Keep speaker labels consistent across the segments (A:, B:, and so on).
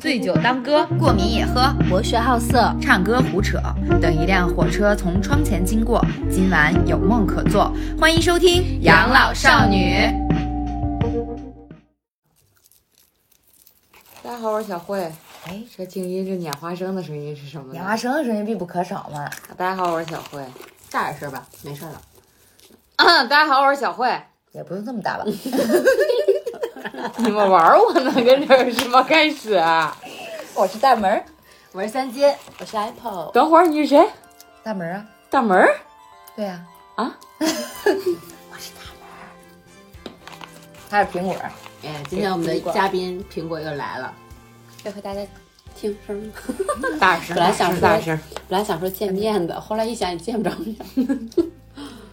A: 醉酒当歌，
B: 过敏也喝，
C: 博学好色，
B: 唱歌胡扯。等一辆火车从窗前经过，今晚有梦可做。欢迎收听《养老少女》。
D: 大家好，我是小慧。
C: 哎，
D: 这静音这碾花生的声音是什么呢？
C: 演花生的声音必不可少嘛。
D: 大家好，我是小慧。大点声吧，没事儿了。大家好，我是小慧。
C: 也不用这么大吧？
D: 你们玩我呢，跟这儿什么开始啊？
C: 我是大门儿，
D: 我是三金。
C: 我是 Apple。
D: 等会儿你是谁？
C: 大门儿啊，
D: 大门儿？
C: 对呀、
D: 啊，
C: 他是苹果。
E: 哎，今天我们的嘉宾苹果又来了，
F: 这回大家听声儿。
D: 大声，
E: 本来想
D: 是
E: 说
D: 大声，
F: 本来想说见面的，后来一想也见不着 面。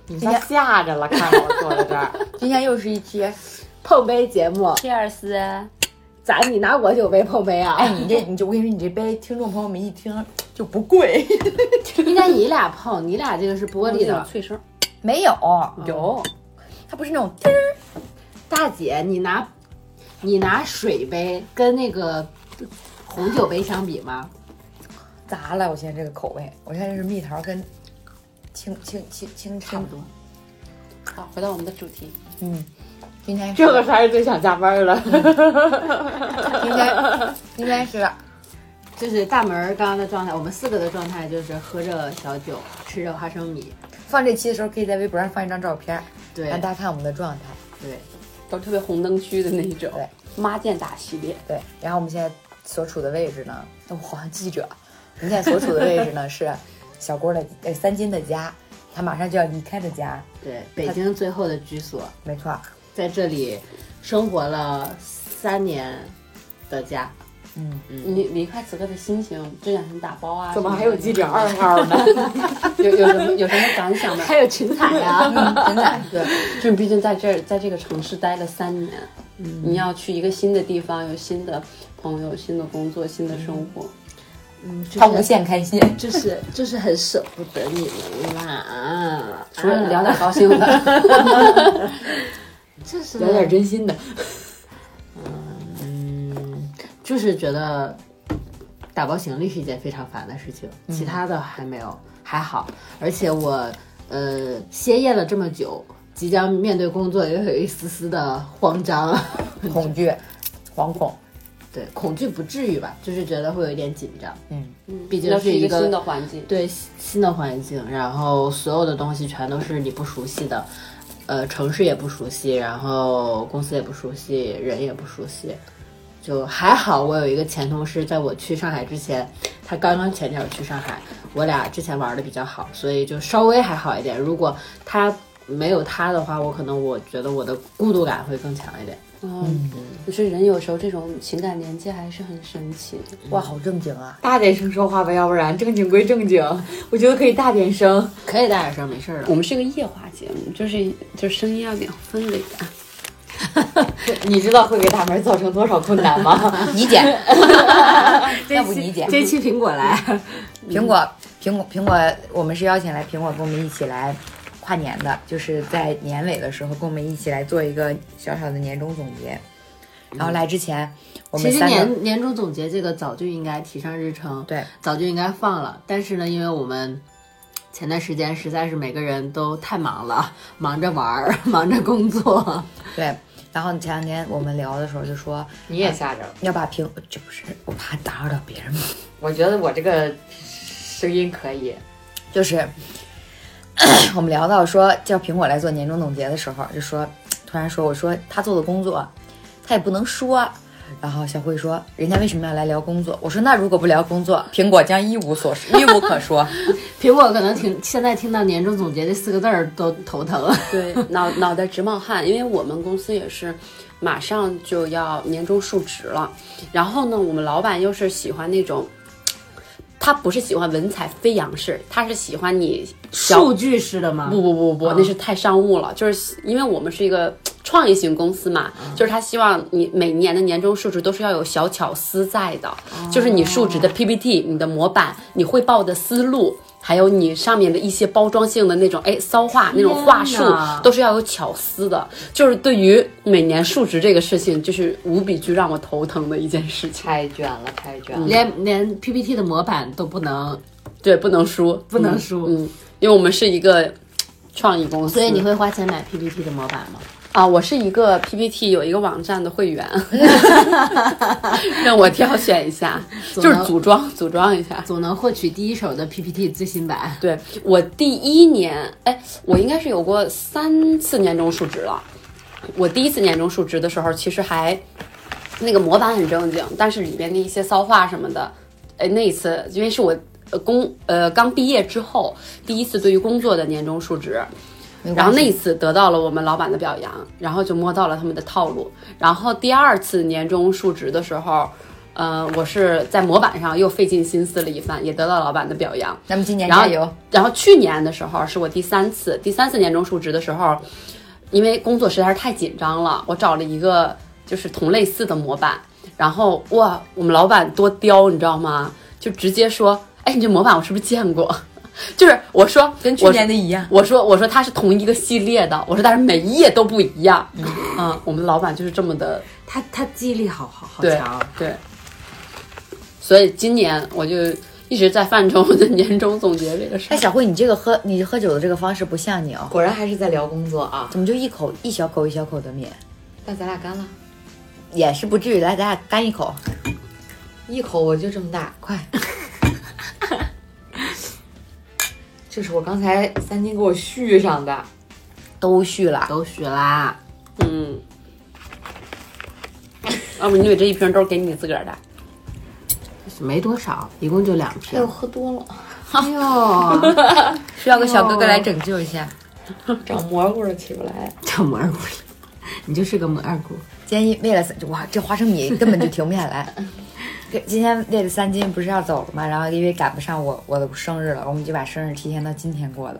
D: 你们仨吓着了，看着我坐在这儿。
C: 今天又是一期，
E: 碰杯节目，
F: Cheers！
E: 咋你拿我酒杯碰杯啊？
C: 哎，你 这你就我跟你说，你这杯听众朋友们一听就不贵，
E: 应该你俩碰，你俩这个是玻璃的。嗯
F: 脆声，
C: 没有，
F: 有
C: 它不是那种叮儿，
E: 大姐，你拿你拿水杯跟那个红酒杯相比吗？
C: 砸了。我现在这个口味，我现在是蜜桃跟青青青青差不多。
F: 好，回到我们的主题，
C: 嗯，今 天是
D: 这个才是最想加班了。
C: 应该应该是
E: 就是大门儿刚刚的状态，我们四个的状态就是喝着小酒，吃着花生米。
C: 放这期的时候，可以在微博上放一张照片，
E: 对
C: 让大家看我们的状态。
E: 对，
F: 都特别红灯区的那一种
C: 对，
F: 妈见打系列。
C: 对，然后我们现在所处的位置呢，我好像记者，我们现在所处的位置呢是小郭的呃三金的家，他马上就要离开的家，
E: 对，北京最后的居所，
C: 没错儿，
E: 在这里生活了三年的家。
C: 嗯，
F: 你离开此刻的心情，真想什么打包啊？
D: 怎么
F: 什的
D: 还有记者二号呢？
F: 有有什么有什么感想 呢？
E: 还有群彩啊呀、
C: 真 的，
F: 对，就毕竟在这儿，在这个城市待了三年，
D: 嗯
F: 你要去一个新的地方，有新的朋友、新的工作、新的生活，
E: 嗯，
C: 他无限开心，
E: 就是就是很舍不得你们啦。
F: 除了聊 点高兴的，
E: 就是
D: 聊点真心的。
E: 嗯就是觉得打包行李是一件非常烦的事情，
D: 嗯
E: 其他的还没有还好。而且我呃歇业了这么久，即将面对工作，又有一丝丝的慌张，
C: 恐惧，惶恐，
E: 对恐惧不至于吧，就是觉得会有一点紧张。
C: 嗯，
E: 毕竟
F: 要
E: 是
F: 去
E: 个
F: 一个新的环境。
E: 对新新的环境，然后所有的东西全都是你不熟悉的，呃，城市也不熟悉，然后公司也不熟悉，人也不熟悉。就还好，我有一个前同事，在我去上海之前，他刚刚前脚去上海，我俩之前玩的比较好，所以就稍微还好一点。如果他没有他的话，我可能我觉得我的孤独感会更强一点。
F: 嗯，就是人有时候这种情感连接还是很神奇的。
C: 哇，好正经 啊，
D: 大点声说话吧，要不然正经归正经，我觉得可以大点声。
E: 可以大点声，没事儿的
F: 我。们是个夜话节目，就是就是声音要有点啊氛围感。
D: 你知道会给大门造成多少困难 吗？
C: 你姐，要不你姐，
E: 这期苹果来，
C: 苹果，苹果，苹果，我们是邀请来苹果跟我们一起来跨年的，就是在年尾的时候跟我们一起来做一个小小的年终总结。然后来之前，我们
E: 其实
C: 三个
E: 年年终总结这个早就应该提上日程，
C: 对
E: 早就应该放了。但是呢，因为我们前段时间实在是每个人都太忙了，忙着玩儿， 忙着工作，
C: 对，然后前两天我们聊的时候就说
D: 你也吓着了。
C: 要把苹，这不是我怕打扰到别人嘛，
D: 我觉得我这个声音可以，
C: 就是 我们聊到说叫苹果来做年终总结的时候，就说突然说我说他做的工作，他也不能说。然后小慧说：“人家为什么要来聊工作？”我说：“那如果不聊工作，苹果将一无所一无可 说。
E: 苹果可能听现在听到年终总结这四个字儿都头疼。
F: 对，脑脑袋直冒汗，因为我们公司也是马上就要年终述职了，然后呢，我们老板又是喜欢那种。他不是喜欢文采飞扬式，他是喜欢你小
E: 数据式的吗？
F: 不不不不，那是太商务了。就是因为我们是一个创业型公司嘛，就是他希望你每年的年终述职都是要有
E: 哦
F: 小巧思在的，就是你述职的 PPT、你的模板、你汇报的思路，还有你上面的一些包装性的那种，哎，骚话那种话术都是要有巧思的。就是对于每年述职这个事情，就是无比巨让我头疼的一件事情。
D: 太卷了，太卷了。
E: 连连 PPT 的模板都不能
F: 对，不能输，
E: 不能输
F: 嗯。嗯，因为我们是一个创意公司，
E: 所以你会花钱买 PPT 的模板吗？
F: 啊，我是一个 PPT 有一个网站的会 员，让我挑选一 下，就是组装组装一下。
E: 总能获取第一手的 PPT 最新版。
F: 对我第一年，哎，我应该是有过三次年终述职了。我第一次年终述职的时候，其实还那个模板很正经，但是里边的一些骚话什么的，哎，那一次因为是我呃工呃刚毕业之后第一次对于工作的年终述职，然后那一次得到了我们老板的表扬，然后就摸到了他们的套路。然后第二次年终述职的时候，呃，我是在模板上又费尽心思了一番，也得到老板的表扬。
C: 咱们今年
F: 然后
C: 加油！
F: 然后去年的时候是我第三次，第三次年终述职的时候，因为工作实在是太紧张了，我找了一个就是同类似的模板，然后哇，我们老板多刁，你知道吗？就直接说，哎，你这模板我是不是见过？ 就是我说
C: 跟去
F: 我
C: 年的一样，
F: 我说我说它是同一个系列的，我说但是每一页都不一样。嗯，我们老板就是这么的，
E: 他他记忆力好好好
F: 对
D: 啊
E: 强，
F: 对。所以今年我就一直在犯愁我的年终总结这个事
C: 哎，
F: 儿。
C: 小慧，你这个喝你喝酒的这个方式不像你哦，
D: 果然还是在聊工作啊。
C: 怎么就一口一小口一小口的抿？
D: 但咱俩干了
C: 也是不至于，来，咱俩干一口。
D: 一口，我就这么大，快！ 这是我刚才三金给我续上的，
C: 都续了，
E: 都学啦。
F: 嗯，啊要不你以为这一瓶都是给你自个儿的？
E: 没多少，一共就两瓶。
D: 喝多了，
E: 哎呦，
C: 需要个小哥哥来拯救一下。
D: 长蘑菇了，起不 来。
E: 这蘑菇，你就是个蘑菇。
C: 今天为了三哇，这花生米根本就停不下来。 这今天为了三金不是要走了吗？然后因为赶不上我我的生日了，我们就把生日提前到今天过了。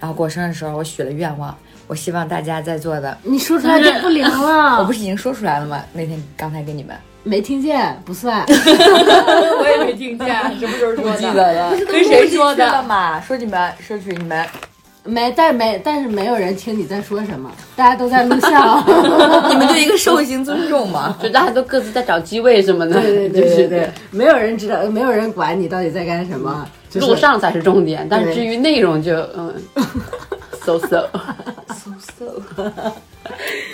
C: 然后过生日的时候，我许了愿望，我希望大家在座的，
E: 你说出来就不灵 了，
C: 我不是已经说出来了吗？那天刚才跟你们，
E: 没听见，不算。
D: 我也没听见，什么时候说的？
F: 得了，
C: 跟谁说的嘛？说你们，说去你们，
E: 没，但是没，但是没有人听你在说什么，大家都在录像。
C: 你们对一个受刑尊重 嘛？
F: 就大家都各自在找机位什么 的，
E: 对对对对
F: 就是
E: 对，没有人知道，没有人管你到底在干什么。
D: 嗯
E: 就是
F: 路上才是重点，但是
E: 对
F: 至于内容就嗯 ，so so。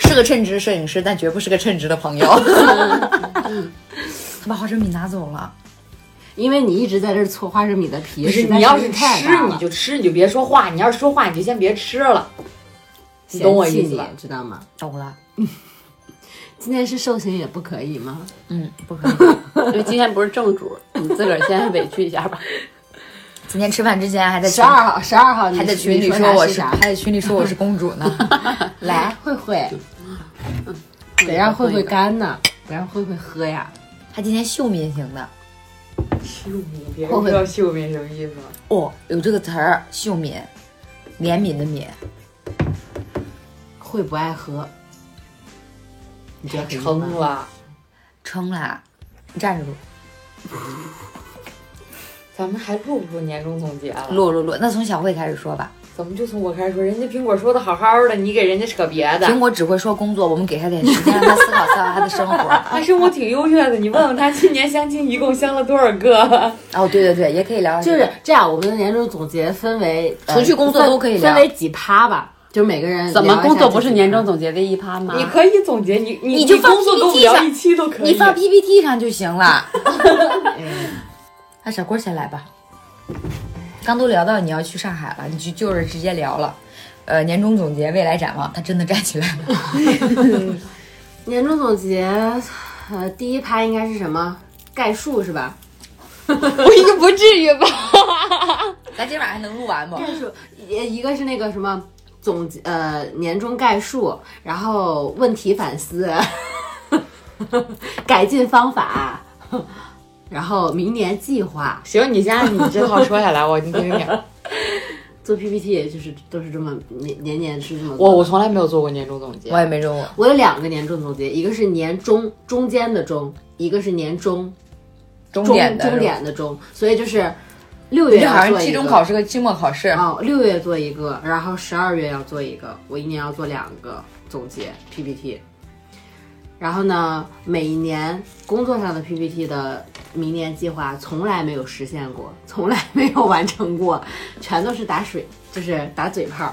C: 是个称职的摄影师，但绝不是个称职的朋友。他把花生米拿走了，
E: 因为你一直在这儿搓花生米的皮，
D: 不是
E: 实在
D: 你要
E: 是
D: 是
E: 太
D: 吃
E: 大了
D: 你就吃，你就别说话；你要是说话，你就先别吃了。你
E: 嫌
D: 懂我
E: 弃
D: 意思
E: 你
D: 吧？
E: 知道吗？
C: 懂了。
E: 今天是受刑也不可以吗？
C: 嗯，不可以。
F: 因为今天不是正主，你自个儿先委屈一下吧。
C: 今天吃饭之前还在
E: 十
D: 啊
C: 群
E: 二号，十二号你
C: 还在群
E: 你
C: 里
E: 啥
C: 说我
E: 是
C: 是，
E: 啥
C: 还？在群里说我是公 主呢。
E: 来，慧慧，得让慧慧干呢，得让慧慧喝呀。
C: 她今天秀敏型的
D: 秀敏，别人知道秀敏什么意思吗？
C: 哦，有这个词儿，秀敏，怜悯的悯，
E: 慧不爱喝，你觉得很
D: 撑
E: 意外吗
D: 了，
C: 撑啦，站着录，
D: 咱们还录不录年终总结了？
C: 录录录。那从小慧开始说吧，
D: 怎么就从我开始说？人家苹果说的好好的，你给人家扯别的。
C: 苹果只会说工作，我们给她点时间让她思考思考她的生 活。
D: 他生活挺优越的，你问问他今年相亲一共相了多少个？
C: 哦，对对对，也可以聊聊这
E: 就
C: 个。
E: 是 这样，我们的年终总结分为呃
C: 除去工作
E: 分
C: 都可以聊
E: 分为几趴吧，就每个
C: 嗯
E: 人
F: 怎么
E: 聊一下
F: 工作
E: 自己
F: 不是年终总结的一趴吗？
D: 你可以总结，你你
C: 你就放
D: 工作
C: PPT
D: 跟我们聊一期都可以。
C: 你放 PPT 上就行了。哎那小郭先来吧。刚都聊到你要去上海了，你就就是直接聊了。呃，年终总结、未来展望，他真的站起来了。
E: 年终总结，呃，第一趴应该是什么？概述是吧？
D: 不至于吧？
C: 咱今晚还能录完不？
E: 概述，呃一一个是那个什么总结呃年终概述，然后问题反思， 改进方法，然后明年计划。
D: 行，你先按你这套说下来，我你听 听。
E: 做 PPT 就是都是这么年年年是这么
D: 我
E: 做
D: 我从来没有做过年终总结
C: 我，也没中过。
E: 我有两个年终总结，一个是年中中间的中，一个是年中
C: 终
E: 中
C: 点的
E: 终点的中，所以就是六
C: 我
E: 月
C: 就好
E: 要
C: 像
E: 做一
C: 期
E: 个
C: 中考试跟期末考试，
E: 哦，六月做一个，然后十二月要做一个，我一年要做两个总结 PPT。然后呢，每一年工作上的 PPT 的明年计划从来没有实现过，从来没有完成过，全都是打水，就是打嘴炮。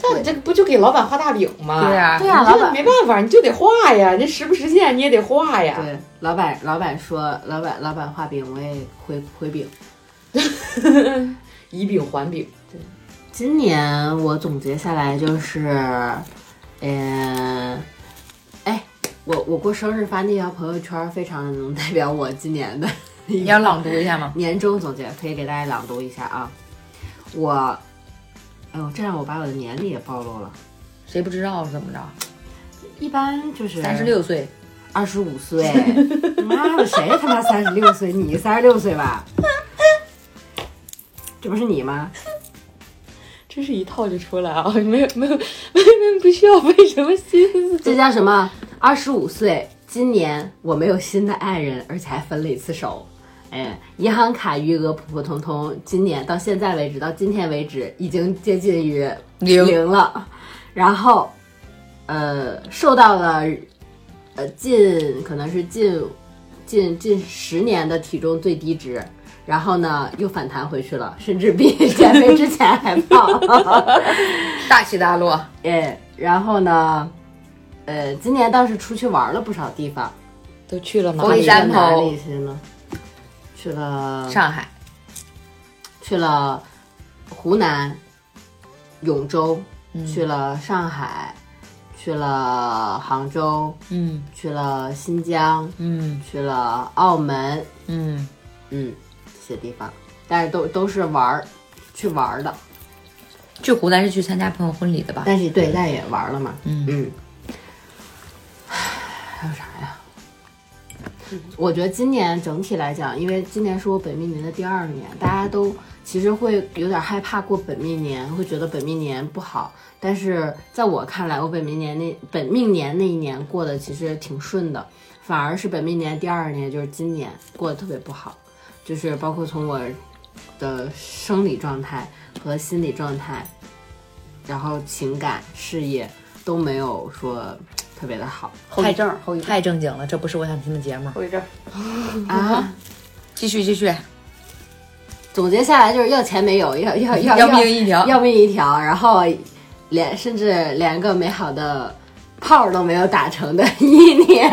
A: 但你这个不就给老板画大饼吗？
C: 对啊
A: 对
E: 对啊老板
A: 没办法，你就得画呀，这实不实现你也得画呀。
E: 对，老板，老板说，老板，老板画饼，我也回回饼。
A: 以饼还饼，
E: 今年我总结下来就是，嗯、哎，我我过生日发那条朋友圈，非常能代表我今年的一
C: 你
E: 个
C: 要朗读一下吗？
E: 年终总结，可以给大家朗读一下啊。我，哎呦，这让我把我的年龄也暴露了。
C: 谁不知道是怎么着？
E: 一般就是
C: 三十六岁，
E: 二十五岁， 妈的，谁他妈三十六岁？你三十六岁吧？这不是你吗？
A: 真是一套就出来啊！没有没有没有，不需要费什么心思。
E: 这叫什么？二十五岁，今年我没有新的爱人，而且还分了一次手。哎，银行卡余额普普通通，今年到现在为止，到今天为止，已经接近于
C: 零
E: 零了。然后，呃，受到了呃近可能是近近近十年的体重最低值。然后呢，又反弹回去了，甚至比 减肥之前还胖。
C: 大起大落，
E: 哎，然后呢，呃，今年倒是出去玩了不少地方。
A: 都去了哪
C: 我
A: 里
C: 给？咱们
E: 哦哪里去呢？去了
C: 上海、
E: 去了湖南、永州，去了上海，去了杭州，
C: 嗯
E: 去了新疆，
C: 嗯
E: 去了澳门，
C: 嗯，
E: 嗯，这些地方，但是都都是玩儿，去玩儿的。
C: 去湖南是去参加朋友婚礼的吧？
E: 但是对，但是也玩了嘛。
C: 嗯
E: 嗯。还有啥呀？我觉得今年整体来讲，因为今年是我本命年的第二年，大家都其实会有点害怕过本命年，会觉得本命年不好。但是在我看来，我本命年那本命年那一年过得其实挺顺的，反而是本命年第二年，就是今年过得特别不好，就是包括从我的生理状态和心理状态，然后情感、事业都没有说特别的好
C: 太
F: 遗症，后遗症。
C: 太正经了，这不是我想听的节目。
A: 我这儿
E: 啊。
C: 继续继续，
E: 总结下来就是要钱没有，要要要
C: 要命一条
E: 要命一条，然后连甚至连个美好的泡儿都没有打成的一年，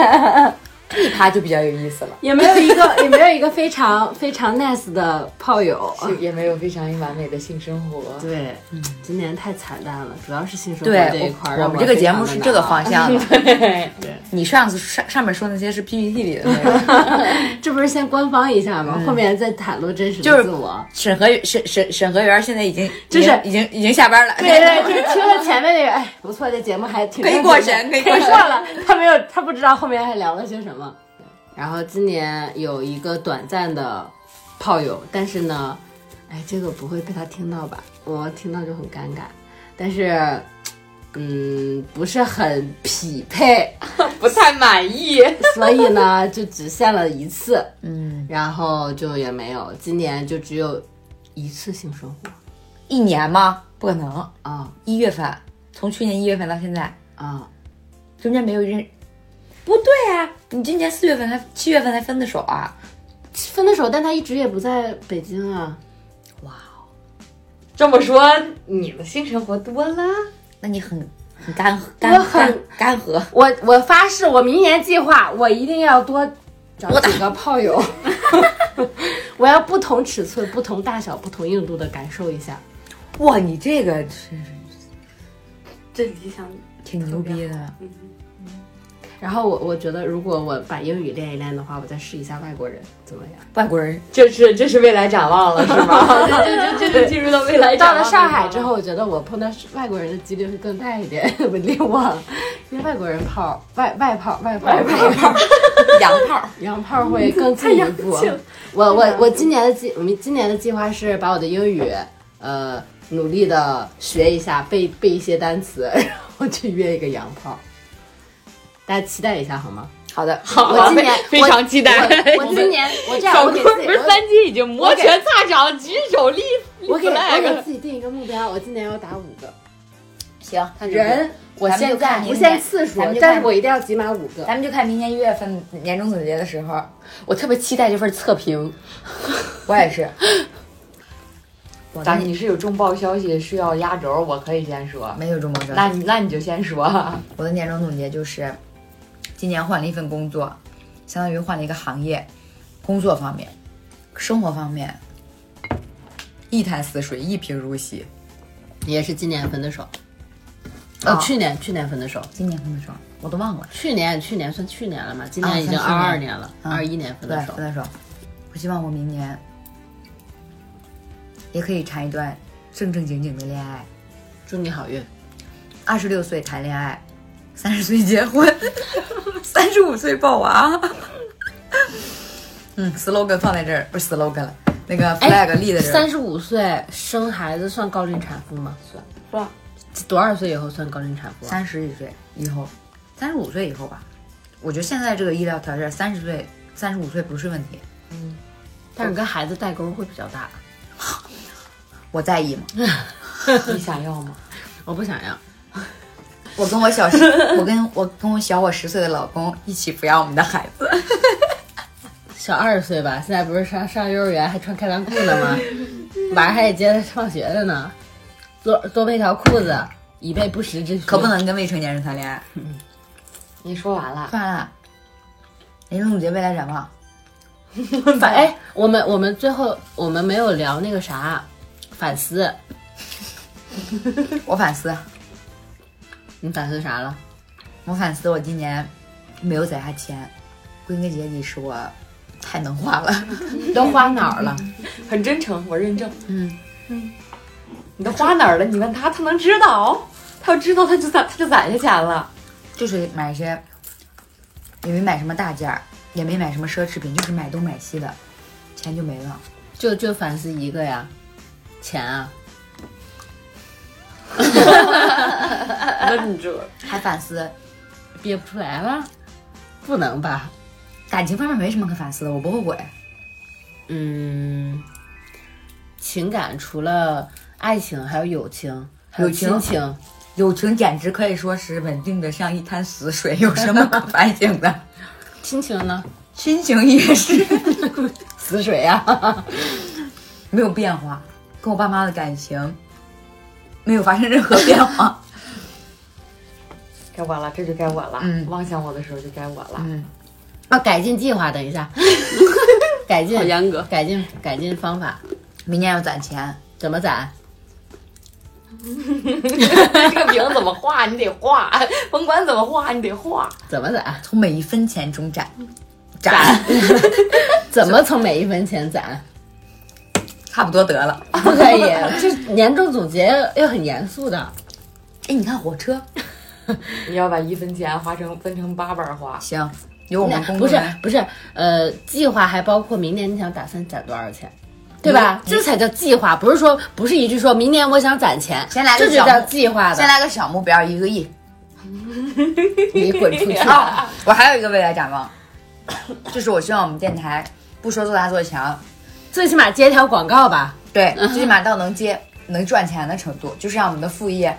C: 这一趴就比较有意思了。
E: 也没有一个也没有一个非常非常 nice 的炮友。
A: 也没有非常完美的性生活。
E: 对，今年太惨淡了，主要是性生活这一
C: 对
E: 块，儿
C: 我
E: 让
C: 我们这个
E: 非
C: 节
E: 常
C: 目
E: 地
C: 是这个
E: 难
C: 方向的。
A: 对，
C: 你上次上上面说那些是 PPT 里的内容，
E: 熬， 这不是先官方一下吗？后面再袒露真实
C: 就
E: 的
C: 是
E: 自我。
C: 审核审审审核员现在已经
E: 就是
C: 已经已经已经下班了。
E: 对对，就是听了前面那个，哎，不错，这节目还挺
C: 可以过审
E: 可以
C: 可以过审
E: 了。他没有，他不知道后面还聊了些什么。然后今年有一个短暂的炮友，但是呢，哎，这个不会被他听到吧？我听到就很尴尬。但是，嗯，不是很匹配，
A: 不太满意。
E: 所以呢，就只限了一次，
C: 嗯，
E: 然后就也没有。今年就只有一次性生活
C: 一年吗？不可能，
E: 啊
C: 一月份从去年一月份到现在，
E: 啊！
C: 中间没有认。不对啊，你今年四月份才七月份才分的手啊？
E: 分的手，但他一直也不在北京啊。
A: 这么说，你的性生活多啦？
C: 那你很很干
E: 我
C: 干
E: 很
C: 干干涸。
E: 我我发誓，我明年计划，我一定要多找几个炮 友。我要不同尺寸、不同大小、不同硬度的感受一下。
C: 哇，你这个是
F: 这理想
C: 挺牛逼的。
E: 然后我我觉得，如果我把英语练一练的话，我再试一下外国人怎么样？
C: 外国人
A: 这是这是未来展望了，是 吗？这这这是进入到未来
E: 哎到
A: 展望。
E: 了上海之，后，我觉得我碰到外国人的几率会更大一点。 我另忘，因为外国人炮、外外炮、外炮、外炮、
C: 洋炮，
E: 洋炮
G: 嗯
E: 会更进一步。我我我今年的计，我们今年的计划是把我的英语，呃，努力的学一下，背 背一些单词，然后去约一个洋炮。大家期待一下好吗？啊
C: 好的，
A: 好，
G: 我今年
A: 非常期待。
G: 我我今 年我这样，
A: 小
G: 我
A: 坤
G: 给自己
A: 不是三金已经摩
G: 我
A: 拳擦掌，举手立
G: 我给我给
A: flag。
G: 自己定一个目标，我今年要打五个
C: 行，
E: 看着
G: 人，
E: 我
C: 咱们就
E: 现在
C: 看
G: 不
C: 明
G: 限
C: 年，
G: 次数
C: 咱们，就
G: 但
C: 看
G: 是我一定要起码五个。
C: 咱们就看明年一月份年终总结的时候，
E: 我特别期待这份测 评。
C: 我也 是。我
A: 咱
C: 那
A: 你是有重磅消息是要压轴，我可以先说。
C: 没有中报
A: 那
C: 证，
A: 你那你就先说，
C: 我的年终总结就是，今年换了一份工作，相当于换了一个行业，工作方面，生活方面，一潭死水，一贫如洗。
E: 也是今年分的手，
C: 啊
E: 呃，
G: 哦
E: 去年去年分的手，
C: 今年分的时候我都忘了。
E: 去年去年算去年了嘛，今
C: 啊
E: 年啊已经
C: 算去
E: 二
C: 年
E: 二年了，
C: 嗯
E: 二一年分
C: 对
E: 的，手
C: 分，的手。我希望我明年也可以谈一段正正经经的恋爱。
E: 祝你好运。
C: 二十六岁谈恋爱，三十岁结婚，三十五岁抱娃。嗯，slogan 放在这儿，不是 slogan 了，那个 flag 立在这儿。
E: 哎三十五岁生孩子算高龄产妇吗？算，
A: 算。
E: 多少岁以后算高龄产妇啊？
C: 三十岁以后，三十五岁以后吧。我觉得现在这个医疗条件，三十岁、三十五岁不是问题。
E: 但是跟孩子代沟会比较大。
C: 我在意吗？
A: 你想要吗？
E: 我不想要，
C: 我跟 我小十，我跟我跟我小我十岁的老公一起抚养我们的孩子。
E: 小二十岁吧，现在不是上上幼儿园还穿开裆裤呢 吗？晚上还得接他放学的呢，多多备条裤子，以备不时之需。
C: 可不能跟未成年人谈恋爱。
A: 你说完
E: 嗯
A: 了，
C: 算了，年终总结未来展望，
E: 反哎，我们我们最后我们没有聊那个啥，反思，
C: 我反思，啊
E: 你反思啥了？
C: 我反思，我今年没有攒下钱，归根结底是我太能花了，
E: 都花哪儿了？
A: 很真诚，我认证。嗯嗯，你都花哪儿了？你问他，他能知道？他要知道，他就攒，他就攒下钱了。
C: 就是买一些，也没买什么大件儿，也没买什么奢侈品，就是买东买西的，钱就没了。
E: 就就反思一个呀，钱啊，
A: 愣着，
C: 还反思
E: 憋不出来了，不能吧？
C: 感情方面没什么可反思的，我不后悔。
E: 嗯，情感除了爱情，还有友情，还有
C: 友情
E: 亲情。
C: 友情简直可以说是稳定的像一滩死水，有什么可反省的？
E: 亲情呢？
C: 亲情也是。
E: 死水啊！
C: 没有变化，跟我爸妈的感情没有发生任何变化。
A: 该我了，这就该我了。
C: 嗯
A: 妄想我的时候就该我了。
C: 嗯，
E: 啊，改进计划，等一 下，改进
A: 好严格
E: 改进改进方法
C: 明年要攒钱，
E: 怎么攒？
A: 这个饼怎么画？你得画，甭管怎么画，你得画。
E: 怎么攒？
C: 从每一分钱中攒，攒，
E: 怎么从每一分钱攒？
C: 差不多得了。
E: 不可 以，这年终总结要很严肃的。
C: 哎，你看火车，
A: 你要把一分钱花成分成八瓣儿花。
C: 行，有我们工
E: 不
C: 作
E: 是
C: 人员
E: 不是，呃，计划还包括明年你想打算攒多少钱，对吧？这才叫计划，不是说不是一句说明年我想攒钱，
C: 先来个
E: 这就
C: 小
E: 叫
C: 目
E: 计划的
C: 先。来个小目标，一个 亿。
E: 你滚出去！
C: 啊！ 我还有一个未来展望，就是我希望我们电台不说做大做强，
E: 最起码接一条广告吧。
C: 对，最起码到能接能赚钱的程度，就是让我们的副业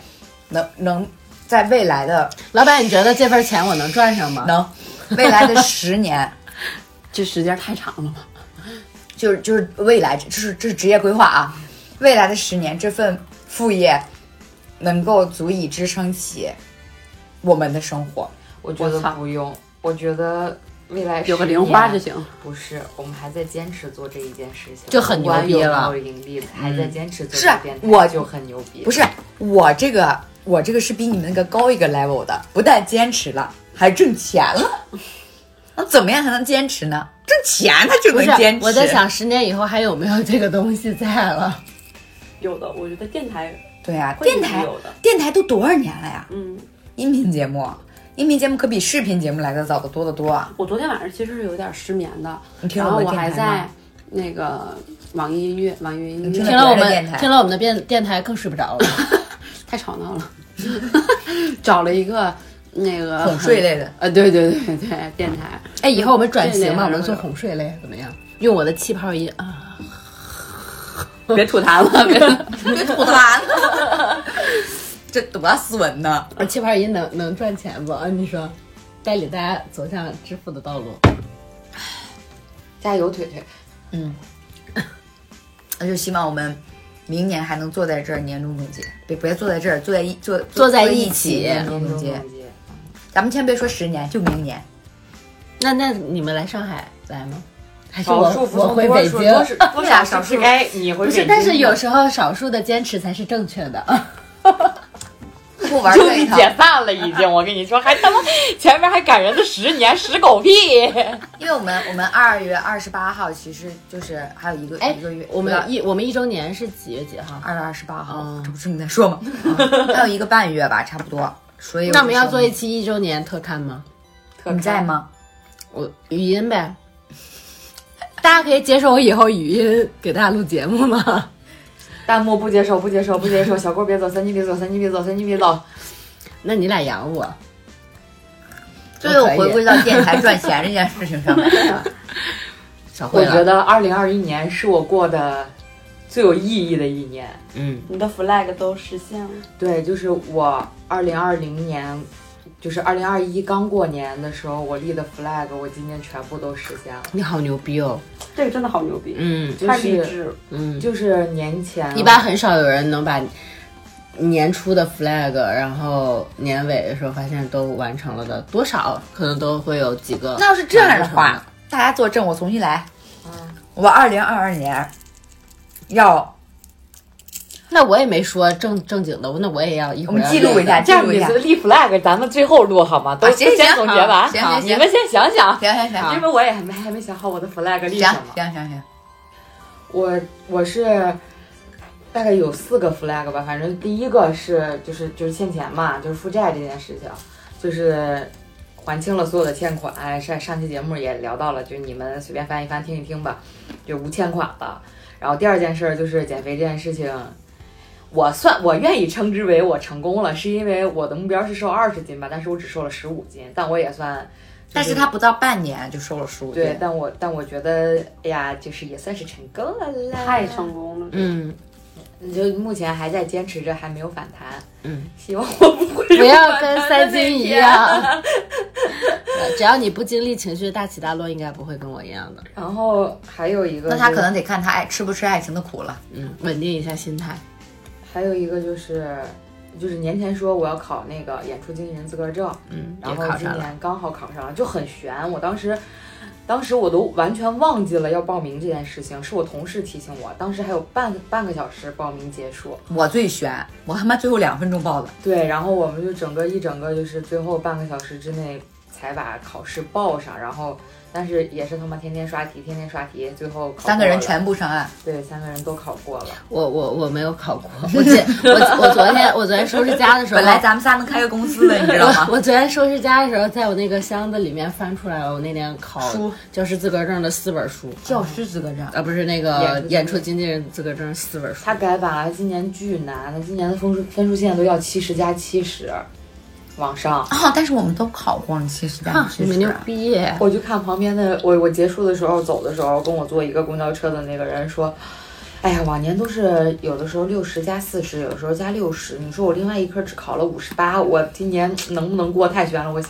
C: 能能在未来的
E: 老板，你觉得这份钱我能赚上吗？
C: 能未来的十年。
E: 这时间太长了吧？
C: 就是就是未来，这是这是职业规划啊。未来的十年，这份副业能够足以支撑起我们的生活。
A: 我觉得
E: 我操
A: 不用，我觉得未来
E: 有个
A: 10
E: 零花
A: 年
E: 就行。
A: 不是，我们还在坚持做这一件事情，
E: 就很牛逼
A: 不管
E: 了嗯啊
A: 有没有盈利，还在坚持做
C: 是
A: 这电台，
C: 我
A: 就很牛逼。
C: 不是我这个，我这个是比你们那个高一个 level 的，不但坚持了，还挣钱了。那怎么样才能坚持呢？挣钱他就
E: 不
C: 能
E: 是
C: 坚，持。
E: 我在，想十年以后还有没有这个东西 在了？
F: 有的，我觉得电台
C: 对啊，
F: 会
C: 电
F: 一直
C: 台
F: 有的，
C: 电台都多少年了呀？
F: 嗯，
C: 音频节目，音频节目可比视频节目来的早得多得多啊。
E: 我昨天晚上其实是有点失眠的，
C: 你听
E: 然
C: 了
E: 后
C: 我
E: 我
C: 的
E: 还
C: 电台吗
E: 在？那个网易音乐，网易云音
C: 你
E: 乐
C: 听
E: 听
C: 了
E: 了我
C: 别的
E: 们
C: 电台
E: 听了我 们 的电电台更睡不着了，太吵闹了，找了一个
F: 那个
C: 哄睡类的，
F: 呃，对对对对，电台。
E: 哎，以后我们转型嘛，
F: 这
E: 我
F: 类
E: 们做
F: 还是
E: 哄睡类怎么样？用我的气泡音啊，
F: 别吐痰了，别 吐
C: 别吐痰了， 这多斯文呢！
E: 气泡音能能赚钱不？啊，你说，带领大家走向致富的道路。
F: 加油，腿腿。
C: 那就希望我们明年还能坐在这儿年终总结，别别坐在这儿，坐在一坐
E: 坐在
C: 一
E: 一起
C: 年终
A: 嗯
C: 总结。咱们先别说十年，就明 年。
E: 那那你们来上海来吗？还是我
A: 少数服
E: 我
A: 从
E: 回
A: 多
E: 北
A: 数，
E: 京？
A: 多是多少少是该你回
E: 不
A: 北
E: 是，
A: 京。
E: 但是有时候少数的坚持才是正确的。
C: 不玩
A: 终
C: 这一
A: 于
C: 套，
A: 解散了，已经。我跟你说，还他妈前面还赶人的十年，十 狗屁！
C: 因为我们我们二月二十八号其实就是还有一个哎一个哦月，
E: 哎我们一我们一周年是几月几号？
C: 二月二十八号，这不是你在说 吗？嗯还有一个半月吧，差不多。所以
E: 哎那我们要
C: 就
E: 做
C: 说
E: 一期一周年特刊吗？
C: 你在吗？
E: 我语音呗。大家可以接受我以后语音给大家录节目吗？
A: 弹幕不接受，不接受，不接受。小郭别走，三金别走，三金别走，三金别走。
E: 那你俩养我，
C: 最后
E: 我可以
C: 回归到电 台赚钱这件事情上来了。
E: 小
A: 我
E: 慧
A: 觉
E: 了。
A: 得二零二一年是我过的最有意义的一年。
E: 嗯，
F: 你的 flag 都实现了，
A: 对，就是我二零二零年，就是二零二一刚过年的时候，我立的 flag，我今年全部都实现了。
E: 你好牛逼哦。
F: 这个真的好牛逼，
E: 嗯
A: 就
F: 太励
A: 是
F: 志了。
E: 嗯，
A: 就是年前
E: 一般很少有人能把年初的 flag，然后年尾的时候发现都完成了的，多少可能都会有几个。
C: 那要是这样的话，大家作证，我重新来。我二零二二年要
E: 那我也没说正正经的，那我也要一
C: 我
E: 会儿
C: 们
E: 要
C: 记录
E: 列
C: 一下，
E: 的。
A: 这
C: 记
A: 样
C: 录一
A: 你
C: 下。
A: 是立 flag，咱们最后录好吗？都
C: 啊行
A: 先
C: 行
A: 总结完，
C: 行行
A: 好
C: 行
A: 你们先想想，
C: 行行行
A: 因
C: 行
A: 为哎我也还没还没想好我的 flag 立什么。
C: 啊行行行，
A: 我我是大概有四个 flag 吧，反正第一个是就是就是欠钱嘛，就是负债这件事情，就是还清了所有的欠款。上上期节目也聊到了，就是你们随便翻一翻听一听吧，就无欠款了。然后第二件事儿就是减肥这件事情。我算我愿意称之为我成功了，是因为我的目标是瘦二十斤吧，但是我只瘦了十五斤，但我也算，
C: 但是他不到半年就瘦了十五斤
A: 对，，但我但我觉得，哎呀，就是也算是成功了啦，
F: 太成功了，
E: 嗯，
A: 你就目前还在坚持着，还没有反弹。
E: 嗯，
A: 希望我不会
E: 不
A: 有
E: 要
A: 反
E: 跟
A: 弹的
E: 三
A: 那
E: 金一
A: 天。
E: 样。只要你不经历情绪的大起大落，应该不会跟我一样的。
A: 然后还有一个，
C: 那他可能得看他爱吃不吃爱情的苦了。
E: 嗯，稳定一下心态。
A: 还有一个就是，就是年前说我要考那个演出经纪人资格证，
E: 嗯，也
A: 然后
E: 考
A: 今
E: 上了。
A: 年刚好考上了，就很悬。我当时，当时我都完全忘记了要报名这件事情，是我同事提醒我，当时还有半半个小时报名结束。
C: 我最悬，我他妈最后两分钟报的，
A: 对，然后我们就整个一整个就是最后半个小时之内才把考试报上，然后但是也是他妈天天刷题，天天刷题，最后考
C: 三个
A: 过
C: 人
A: 了
C: 全部上岸。
A: 对三个人都考过了。
E: 我我我没有考过，我今我我昨天我昨天收拾家的时候，
C: 本来咱们仨能开个公司的，你知道吗？
E: 我我昨天收拾家的时候，在我那个箱子里面翻出来了我那年考
C: 书
E: 教师资格证的四本书，
C: 教师资格证，
E: 啊不是那个
A: 演
E: 演
A: 出
E: 出经纪人资格证四本书。
A: 他改版了，今年巨难，他今年的分数分数线都要七十加七十往上。
C: 啊，但是我们都考过了，其实咱们
E: 你们牛逼！
A: 我就看旁边的我，我结束的时候走的时候，跟我坐一个公交车的那个人说：“哎呀，往年都是有的时候六十加四十，有时候加六十。你说我另外一科只考了五十八，我今年能不能过太悬了。我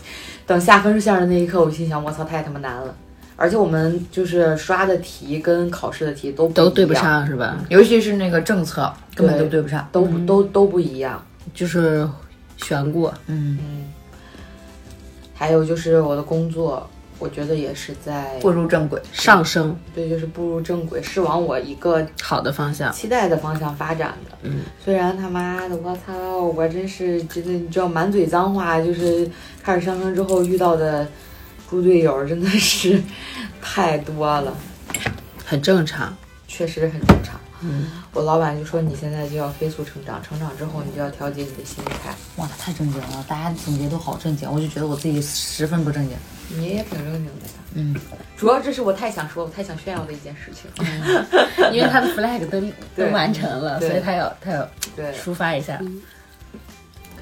A: 等下分数线的那一刻，我心想我操，太他妈难了。而且我们就是刷的题跟考试的题都
E: 都
A: 一
E: 对不
A: 样，
E: 上是吧？
C: 尤其是那个政策根本都对不上。
A: 都
E: 嗯
A: 不都都不一样。
E: 就是悬过。
C: 嗯，
A: 还有就是我的工作，我觉得也是在
C: 步入正轨。
E: 上升
A: 对，就是步入正轨，是往我一个
E: 好的方向，
A: 期待的方向发展的。
E: 嗯，
A: 虽然他妈的，我操，我真是真的，你知道，满嘴脏话，就是开始上升之后遇到的猪队友真的是太多了，
E: 很正常。
A: 确实很正常。嗯，我老板就说你现在就要飞速成长，成长之后你就要调节你的心态。
C: 哇，太正经了，大家总结都好正经，我就觉得我自己十分不正经。
A: 你也挺正经的呀。
C: 嗯，
A: 主要这是我太想说，我太想炫耀的一件事情。
E: 因为他的 flag 都
A: 对
E: 都完成了，
A: 对
E: 所以他要他要
A: 对，
E: 抒发一下。
A: 看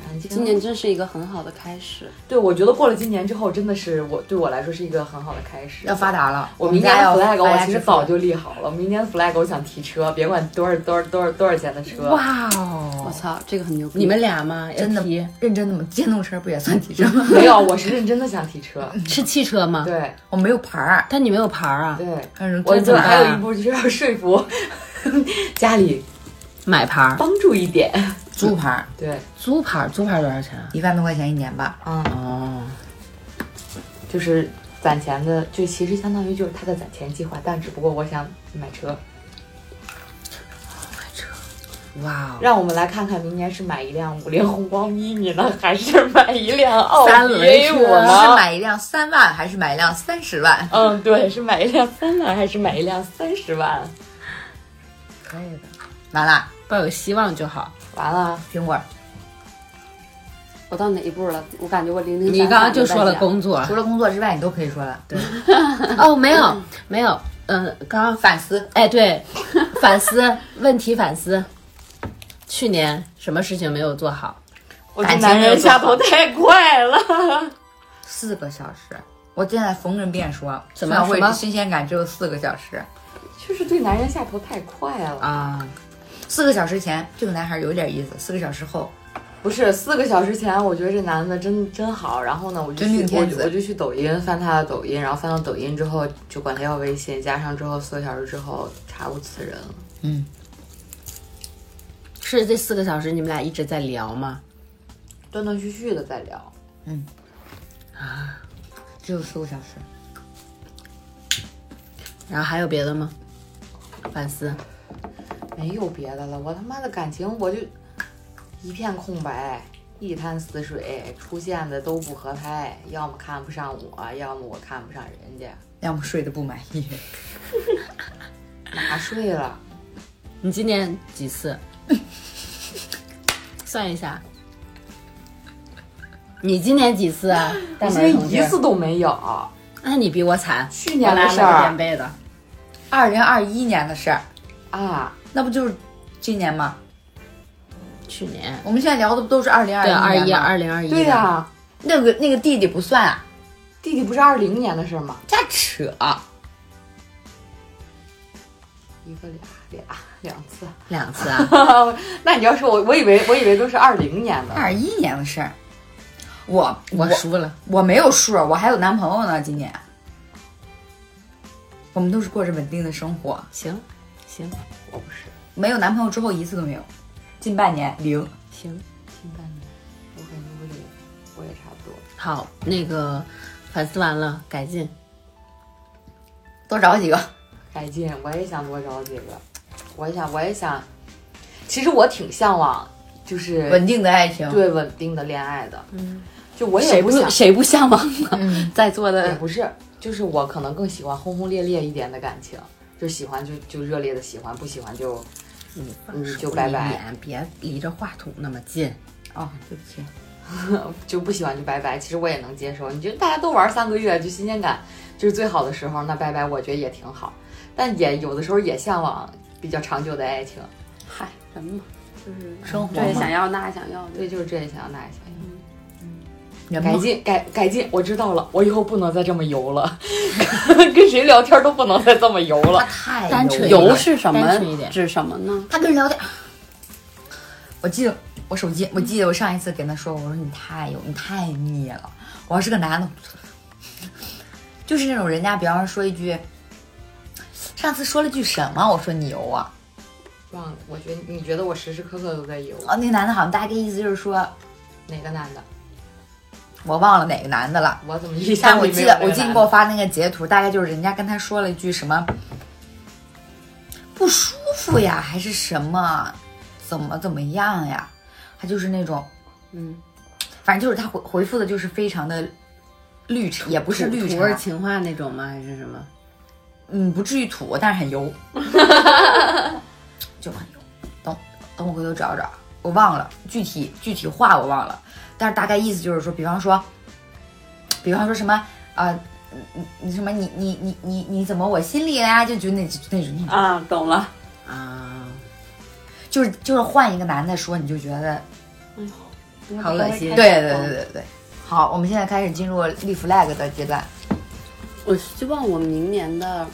A: 环境。
F: 今年真是一个很好的开始。
A: 对，我觉得过了今年之后，真的是我对我来说是一个很好的开始。
C: 要发达了，
A: 我
C: 们
A: 明年
C: 家
A: 的
C: 要
A: flag
C: 发
A: 我
C: 家
A: 其实
C: 致富
A: 早就立好了，明年的 flag 我想提车，别管多少多少多少多少钱的车。
C: 哇
F: 我
C: 哦，
F: 操，这个很牛逼！
E: 你们俩吗？
C: 真的
E: 提
C: 认真的吗？电动车不也算提车吗？
A: 没有，我是认真的想提车。
C: 嗯
E: 是汽车吗？
A: 对
C: 我没有牌儿，
E: 但你没有牌儿啊，
A: 对，
C: 嗯
A: 我
C: 这怎
A: 就
C: 么
A: 还
C: 办
A: 有一
C: 啊
A: 步就是要说服 家里
E: 买牌儿、
A: 帮助一点。
C: 租牌儿，
A: 对，
E: 租牌儿，租牌儿多少钱啊？
C: 一万多块钱一年吧。
A: 嗯，
E: 哦，
A: 就是攒钱的，就其实相当于就是他的攒钱计划，但只不过我想买车。
C: 哇哦，
A: 让我们来看看明年是买一辆五菱宏光 mini 呢，还是买一辆奥
E: 三
A: 迪
E: 轮
A: A
E: 车
A: 五
C: 是
A: 呢？
C: 买一辆三万还是买一辆三十万？
A: 嗯，对，是买一辆三万还是买一辆三十万？
C: 可以的。完了，
E: 抱有希望就好。
A: 完了，
C: 苹果
F: 我到哪一步了？我感觉我零零
E: 你刚刚就说了工作啊
C: 除了工作之外，你都可以说了。对，
E: 哦，没有没有，嗯，刚刚
C: 反思，
E: 哎 对，反思问题反思，去年什么事情没有做好？
A: 我这男人下头太快了。
C: 四个小时。我现在逢人便说，
E: 怎么
C: 村长会
E: 什么
C: 新鲜感只有四个小时
A: 就是对男人下头太快了，
C: 啊。四个小时前，这个男孩有点意思；四个小时后，
A: 不是四个小时前，我觉得这男的真真好，然后呢，我就
C: 真命
A: 去我
C: 天
A: 就
C: 子
A: 我就去抖音翻他的抖音，然后翻到抖音之后就管他要微信，加上之后四个小时之后查无此人了。
E: 是这四个小时你们俩一直在聊吗？
A: 断断续续的在聊，
C: 只有四个小时。
E: 然后还有别的吗？反思，
A: 没有别的了。我他妈的感情我就一片空白，一滩死水，出现的都不合拍，要么看不上我，要么我看不上人家。
C: 要么睡得不满 意，
A: 哪睡了？
E: 你今年几次？ 算一下，你今年几次啊？大
A: 我
E: 门
A: 今
E: 同
A: 天
E: 志
A: 一次都没有。
E: 那、你比我惨，
A: 去年
E: 我
A: 的
E: 来
A: 事
E: 了个垫
A: 儿
E: 背的。
C: 二零二一年的事儿，
A: 啊，
C: 那不就是今年吗？
E: 去年
C: 我们现在聊的不都是二零二
E: 对二
C: 一
E: 一二零二一
A: 对呀、
C: 那个那个弟弟不算啊，
A: 弟弟不是二零年的事儿吗？
C: 瞎扯。
A: 一个俩俩两次，
E: 两次 啊，
A: 那你要说我，我以为我以为都是二零年的，
C: 二一年的事儿，我
E: 我
C: 我
E: 输了。
C: 我没有数，我还有男朋友呢。今年，我们都是过着稳定的生活，
E: 行，行，
A: 我不是
C: 没有男朋友之后一次都没有，近半年零。
E: 行，
A: 近半年，我感觉我也我也差不多。
E: 好，那个反思完了，改进。
C: 多找几个，
A: 改进，我也想多找几个，我也想，我也想。其实我挺向往，就是
C: 稳定的爱情。
A: 对稳定的恋爱的。嗯，就我也
F: 谁
A: 不
F: 不
A: 想，
F: 谁不向往啊？
E: 嗯
F: 在座
A: 也
F: 的
A: 不是，就是我可能更喜欢轰轰烈烈一点的感情，就喜欢就就热烈的喜欢，不喜欢就
E: 你
A: 嗯就拜拜
E: 脸别离着话筒那么近。
C: 哦，对不起，
A: 就不喜欢就拜拜。其实我也能接受，你觉得大家都玩三个月，就新鲜感就是最好的时候，那拜拜我觉得也挺好，但也有的时候也向往比较长久的爱情。
F: 嗨人嘛，就是
C: 生活
F: 这也
C: 嘛
F: 想要那也想要，
A: 对，
F: 对，
A: 就是这也想要那也想要。
C: 人嘛
A: 改进改改进，我知道了，我以后不能再这么油了，跟谁聊天都不能再这么油
C: 他
A: 了。
C: 太
E: 单
C: 有
E: 纯有
F: 油
C: 了，
F: 是什
E: 单纯一
F: 么？
E: 点
F: 指什么呢？
C: 他跟人聊天。我记得我手机，我记得我上一次跟他说，我说你太有，你太腻了。我要是个男的，就是那种人家，比方说一句，上次说了句什么，我说你油啊，
A: 忘了，我觉得你觉得我时时刻刻都在油，
C: 哦，那个男的好像大概意思就是说，
A: 哪个男的？
C: 我忘了哪个男的了。
A: 我怎么一下
C: 但
A: 子
C: 我
A: 没
C: 记
A: 有
C: 得
A: 那，个
C: 我记得你
A: 男
C: 给我
A: 的
C: 发那个截图，大概就是人家跟他说了一句什么不舒服呀，还是什么，怎么怎么样呀？他就是那种，
E: 嗯，
C: 反正就是他回回复的就是非常的绿茶，也不是绿啊
E: 土
C: 茶，
E: 味情话那种吗？还是什么？
C: 嗯，不至于土，但是很 油，就很油。等等，我回头找找，我忘了具体具体话我忘了，但是大概意思就是说，比方说，比方说什么啊，嗯嗯你、什么你你你你你怎么我心里啦、就就那就那种，
F: 啊，懂了，
E: 啊，
C: 就是就是换一个男的说，你就觉得，
E: 好恶心。哦
C: 对对对对对。好，我们现在开始进入立 flag 的阶段。
F: 我希望我明年的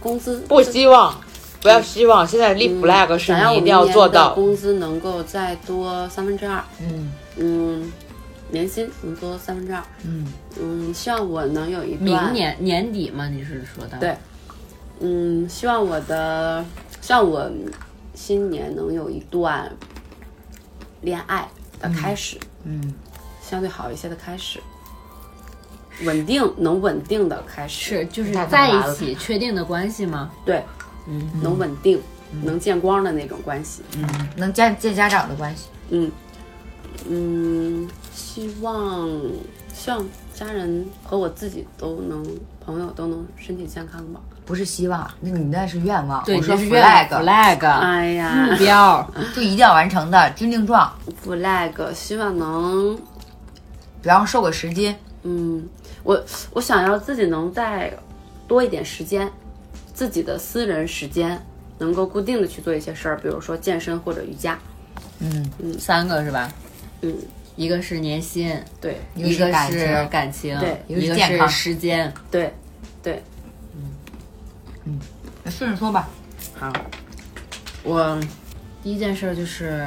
F: 工资
A: 不希望，不要希望。现在立 flag 是
F: 想要
A: 你
F: 我
A: 一定
F: 明
A: 要
F: 年
A: 做
F: 的
A: 到。
F: 工资能够再多三分之二，
C: 嗯
F: 嗯，年薪能多三分之二，
C: 嗯，
F: 嗯，希望我能有一段
E: 明年年底嘛，你是说的？
F: 对嗯，希望我的，希望我新年能有一段恋爱的开始，
C: 嗯，
F: 相对好一些的开始，稳定能稳定的开始，
E: 是就是在一起确定的关系吗？
F: 对，嗯，能稳定，能见光的那种关系，
C: 嗯能家见家长的关系。
F: 嗯嗯，希望希望家人和我自己都能，朋友都能身体健康吧。
C: 不是希望，那你那是愿望。
E: 对，
C: 我说
E: 你这是愿望
C: flag
E: flag 嗯啊
F: 哎呀，
E: 目标，
C: 就一定要完成的，军令状，
F: flag，希望能，
C: 比方说瘦个十斤，
F: 嗯，我我想要自己能再多一点时间，自己的私人时间能够固定的去做一些事儿，比如说健身或者瑜伽。
C: 嗯
E: 三个是吧？
F: 嗯，
E: 一个是年薪，
F: 对
E: 一个
C: 感情
E: 是感情，
F: 对
E: 一
C: 一个
E: 个
C: 是健康
E: 时间。
F: 对对，
C: 顺着说吧。
E: 好，我第一件事儿就是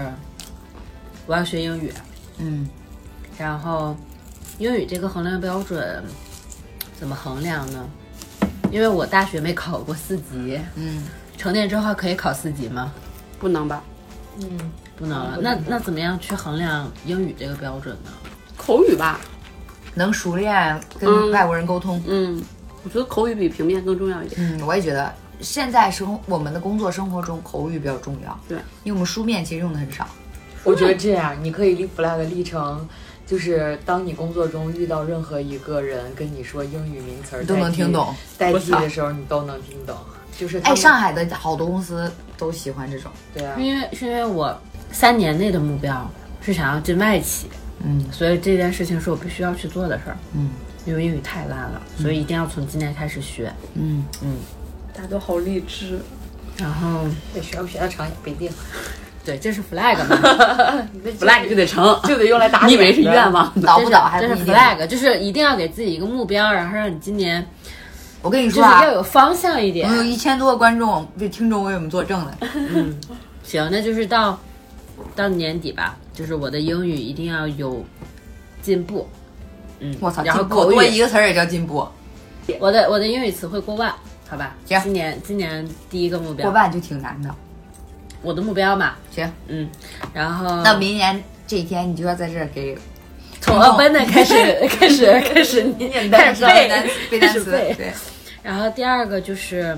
E: 我要学英语，
C: 嗯
E: 然后英语这个衡量标准怎么衡量呢？因为我大学没考过四级，
C: 嗯，
E: 成年之后可以考四级吗？
F: 不能吧？
A: 嗯
E: 啊不能了。那那怎么样去衡量英语这个标准呢？
F: 口语吧，
C: 能熟练跟
F: 嗯
C: 外国人沟通。
F: 嗯，我觉得口语比平面更重要一点。
C: 嗯，我也觉得现在生我们的工作生活中口语比较重要。
F: 对，
C: 因为我们书面其实用的很少。
A: 我觉得这样，你可以立 flag 立成，就是当你工作中遇到任何一个人跟你说英语名词儿，
C: 都能
A: 代替
C: 听懂，
A: 代替的时候你都能听懂。就是他
C: 哎，
A: 们
C: 上海的好多公司都喜欢这种。
A: 对啊
E: 是，因为是因为我三年内的目标是想要进外企，
C: 嗯
E: 所以这件事情是我必须要去做的事儿。
C: 嗯
E: 因为英语太烂了，所以一定要从今年开始学。
C: 嗯，
F: 大家都好励 志，
E: 然后，
A: 对学不学得成也不一定
E: 对，这是 flag 嘛，
F: 不赖你就得成，
A: 就得用来打
F: 你以
A: 脸
F: 为是
A: 的
F: 愿望？
C: 倒不倒还
E: 嗯这
C: 不
E: 是
C: 一定。
E: flag，就是一定要给自己一个目标，然后让你今年
C: 我跟你
E: 就是
C: 说啊
E: 要，有方向一
C: 我
E: 点。
C: 们有一千多个观众，这听众为我们作证 了。
E: 行，那就是到到年底吧，就是我的英语一定要有进步。嗯，
C: 我操，
E: 然后
C: 进步
E: 口
C: 多
E: 语，
C: 一个词儿也叫进步，
E: 我的我的英语词汇过万，好吧？
C: 行
E: 今年今年第一个目标，
C: 过万就挺难的。
E: 我的目标嘛，
C: 行，
E: 嗯，然后
C: 那明年这一天你就要在这儿给
E: 从 open 的开始 开始开 始念开始背
C: 单词背
E: 开
C: 单
E: 始
C: 词，
E: 背。
C: 对，
E: 然后第二个就是，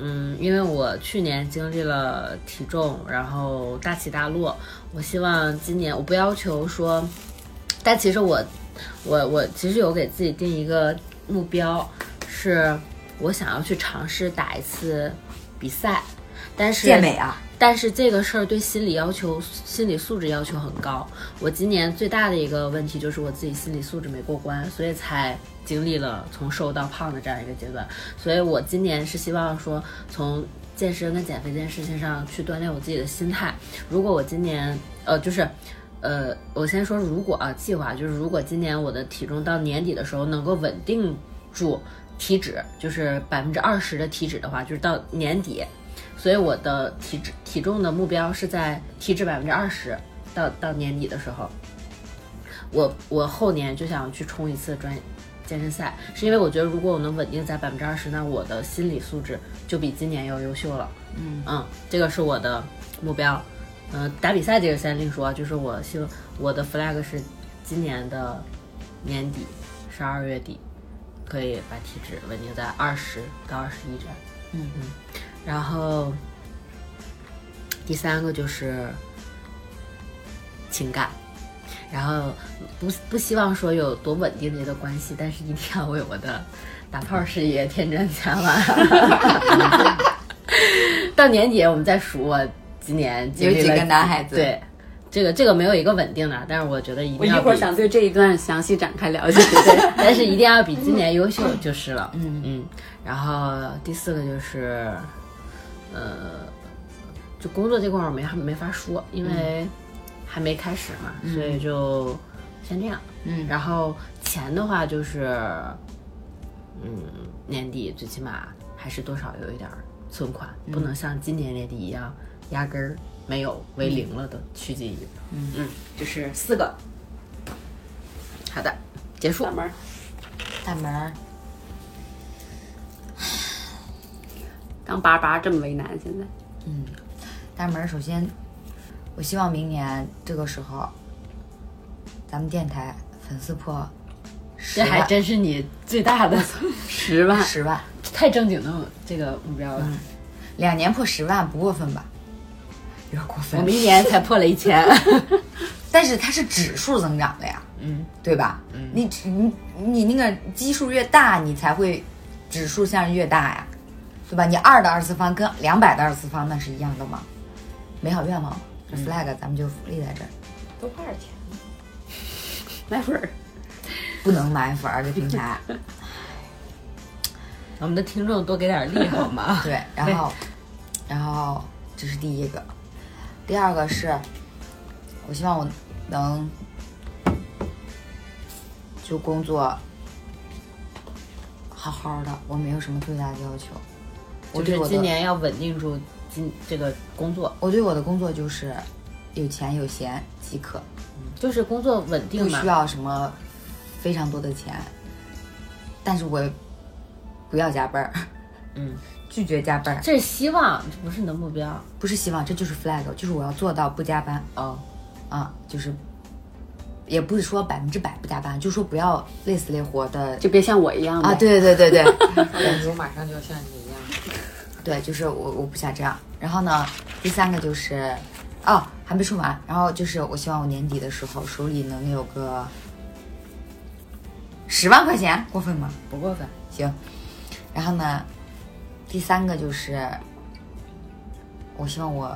E: 嗯，因为我去年经历了体重，然后大起大落，我希望今年我不要求说，但其实我，我我其实有给自己定一个目标，是我想要去尝试打一次比赛，但是
C: 健美啊，
E: 但是这个事儿对心理要求、心理素质要求很高。我今年最大的一个问题就是我自己心理素质没过关，所以才经历了从瘦到胖的这样一个阶段。所以我今年是希望说从健身跟减肥这件事情上去锻炼我自己的心态。如果我今年呃就是。呃，我先说，如果啊，计划就是如果今年我的体重到年底的时候能够稳定住体脂，就是百分之二十的体脂的话，就是到年底，所以我的体脂体重的目标是在体脂百分之二十，到到年底的时候，我我后年就想去冲一次专健身赛，是因为我觉得如果我能稳定在百分之二十，那我的心理素质就比今年要优秀了。嗯这个是我的目标。嗯、打比赛这个先另说啊，就是我希望我的 flag 是今年的年底十二月底可以把体脂稳定在二十到二十一这样。嗯然后第三个就是情感，然后不不希望说有多稳定的一个关系，但是一定要为我的打炮事业添砖加瓦。 到年底我们再数我今年经历了
C: 有几个男孩子
E: 对。这个这个没有一个稳定的，但是我觉得一
F: 我
E: 定
F: 一
E: 要
F: 会儿
E: 比，
F: 想对这一段详细展开了解。 对，
E: 但是一定要比今年优秀就是了。嗯嗯，然后第四个就是，呃，就工作这块儿我没没法说，因为还没开始嘛，所以就先这样。
C: 嗯
E: 然后钱的话就是，嗯，年底最起码还是多少有一点儿存款，不能像今年年底一样压根儿没有为零了的趋近于。嗯嗯，这是四个。好的，结束
F: 大。门儿，
C: 大门儿，
F: 当叭叭这么为难，现在
C: 大门儿，首先，我希望明年这个时候，咱们电台粉丝破十
E: 这还
C: 万，
E: 真是你最大的 十万，嗯
C: 十万，
E: 太正经的这个目标了。
C: 两年破十万不过分吧？有点过
E: 我
C: 分
E: 们，一年才破了一千，
C: 但是它是指数增长的呀，
E: 嗯，
C: 对吧？嗯，你你你那个基数越大，你才会指数向越大呀，对吧？你二的二次方跟两百的二次方那是一样的吗？美好愿望，这 flag 咱们就立在这儿，
A: 都多少钱？
F: 买粉儿，
C: 不能买粉儿这平台。
E: 我们的听众多给点力好吗？
C: 对，然后，然后这是第一个，第二个是，我希望我能就工作好好的，我没有什么特别大的要求。我
E: 就
C: 对
E: 是
C: 我
E: 今
C: 的
E: 年要稳定住今这个工作，
C: 我对我的工作就是有钱有闲即可，
E: 就是工作稳定
C: 不
E: 嘛
C: 需。要什么非常多的钱，但是我不要加班儿，
E: 嗯，
C: 拒绝加班儿，
E: 这是希望，这不是你的目标
C: 不是希望，这就是 flag，就是我要做到不加班。
A: 嗯
E: 哦。
C: 啊，就是也不是说百分之百不加班，就说不要累死累活的
F: 就别像我一样
C: 啊，
F: 呗，
C: 对对对对
A: 我感觉马上就像你一样，
C: 对，就是我我不想这样。然后呢，第三个就是，哦，还没说完。然后就是我希望我年底的时候手里能有个十万块钱，过分吗？
E: 不过分。
C: 行。然后呢，第三个就是，我希望我